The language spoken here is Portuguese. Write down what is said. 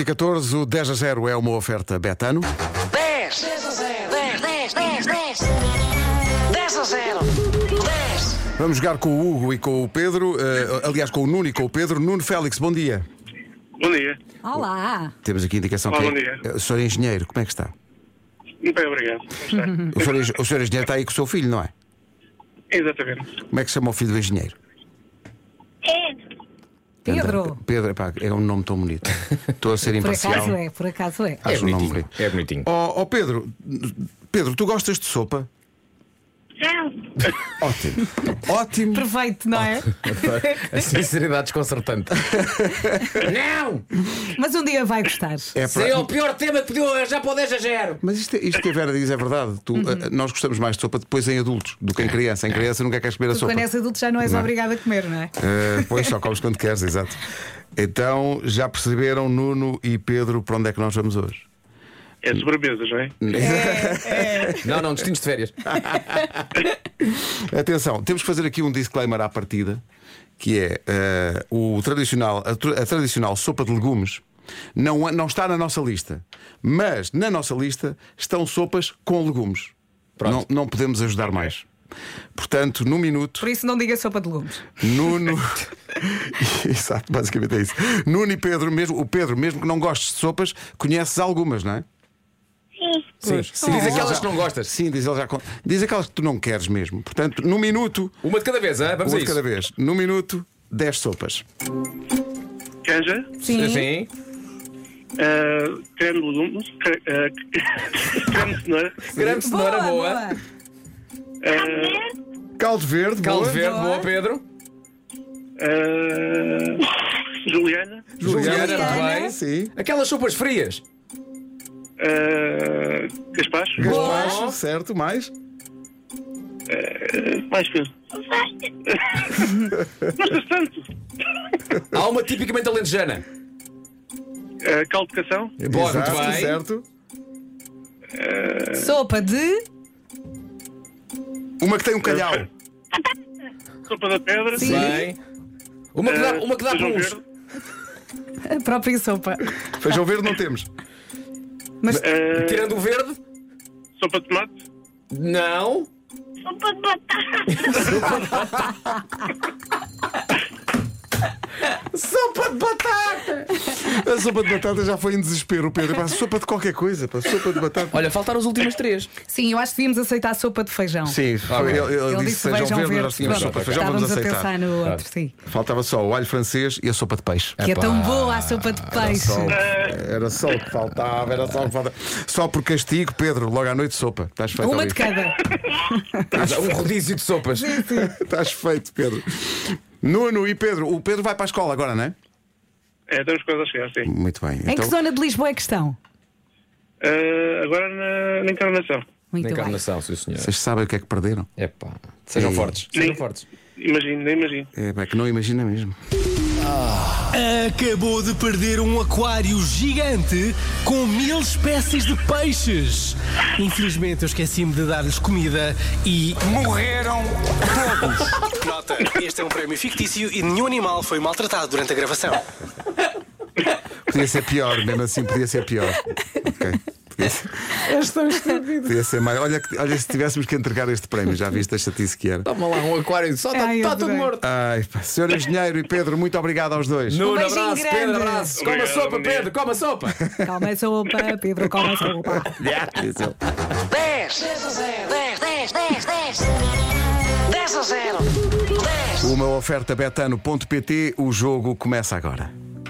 E 14, o 10 a 0 é uma oferta Betano. 10 10 10 10 10 10 a 0 10 Vamos jogar com o Hugo e com o Pedro, eh, aliás, com o Nuno e com o Pedro. Nuno Félix, bom dia. Bom dia. Olá! Temos aqui a indicação Olá, que bom dia. eh, o senhor é engenheiro, como é que está? Muito bem, obrigado. Como está? O senhor, é- o senhor é engenheiro está aí com o seu filho, não é? Exatamente. Como é que se chama o filho do engenheiro? É. Pedro! André- Pedro, pá, é um nome tão bonito. Estou a ser Por imparcial. acaso é, por acaso é. Acho um nome bonito. É bonitinho. Ó ó, Pedro, Pedro, tu gostas de sopa? Não. Ótimo. Ótimo. Perfeito, não é? A sinceridade desconcertante. não! Mas um dia vai gostar. É Esse é o pior tema que podiam arranjar para o 10 a 0. Mas isto, isto que a Vera diz é verdade. Tu, eh, nós gostamos mais de sopa depois em adultos do que em criança. Em criança nunca queres comer a Tu, sopa. quando és adulto, já não és Não. obrigado a comer, não é? Eh, pois só comes quando queres, exato. Então já perceberam, Nuno e Pedro, para onde é que nós vamos hoje? É sobremesas, não é? Não, não, destinos de férias. Atenção, temos que fazer aqui um disclaimer à partida, que é eh, o tradicional, a, tra- a tradicional sopa de legumes não, a- não está na nossa lista, mas na nossa lista estão sopas com legumes. Pronto. Não, não podemos ajudar mais. Portanto, num minuto. Por isso não diga sopa de legumes. Nuno. Exato, basicamente é isso. Nuno e Pedro, mesmo, o Pedro, mesmo que não gostes de sopas, conheces algumas, não é? Sim, Diz aquelas que não gostas. Sim, diz, ele já, con- diz aquelas que tu não queres mesmo. Portanto, no minuto, Uma de cada vez, ah? vamos uma a de isso. cada vez, no minuto, 10 sopas. Canja, Sim. Sim. ah, creme de legumes, cre- ah, creme de cenoura, Grande cenoura boa. ah, Caldo verde, Caldo boa. verde, Boa. boa, Pedro. ah, Juliana, Juliana, Juliana. muito bem. Sim. Aquelas sopas frias. ah, Gaspacho, Boa. Baixo, certo, mais. ah, mais que. Gostas tanto? Há uma tipicamente alentejana. Ah, caldo de cação, Boa, Exato, muito bem. certo. Sopa de. Uma que tem um calhau. sopa da pedra, Bem. Uma que dá, ah, uma que dá para feijão uns. verde, A própria sopa. Feijão verde não temos. Mas É. ah, Tirando o verde? sopa de tomate, Não. Sopa de batata. Sopa de batata. A sopa de batata já foi em desespero, Pedro. Pá, sopa de qualquer coisa, pá, sopa de batata. Olha, faltaram as últimas três. sim, eu acho que devíamos aceitar a sopa de feijão. Sim, foi, ele, ele Ele disse disse feijão feijão verde, mas nós verde. tínhamos Pronto, sopa de feijão, vamos Estávamos a aceitar. pensar no outro, sim. Faltava só o alho francês e a sopa de peixe. Que é tão Epá, boa a sopa de peixe. Só- era só o que faltava, era só o que faltava. Só por castigo, Pedro, logo à noite sopa. Estás feito. Uma ali. de cada. Um rodízio de sopas. Estás feito, Pedro. Nuno e Pedro, o Pedro vai para a escola agora, não é? é, temos coisas a chegar, sim. Muito bem. Então, Em que zona de Lisboa é que estão? Ah, agora na, na encarnação, Na Muito bem. encarnação, sim senhor. Vocês sabem o que é que perderam? É pá. Sejam Ei. fortes. Sejam fortes. imagino, nem imagino. É bem que não imagina mesmo. Acabou de perder um aquário gigante com mil espécies de peixes. Infelizmente, eu esqueci-me de dar-lhes comida e morreram todos. Nota: este é um prémio fictício e nenhum animal foi maltratado durante a gravação. Podia ser pior, mesmo assim, podia ser pior. Ok. Podia ser, É podia ser mais. Olha, que- olha, se tivéssemos que entregar este prémio, já viste a chatice que era. Toma lá um aquário. Só Ai, está tudo adorei. morto. Ai, pá, senhor engenheiro e Pedro, muito obrigado aos dois. Nuno, beijinho abraço, grande. Pedro, abraço. Coma Obrigado, sopa, bom dia. Pedro, coma sopa. Calma a sopa, Pedro, calma a sopa. 10 10 10 10 10 10 a 0 10 Uma oferta betano.pt, o jogo começa agora.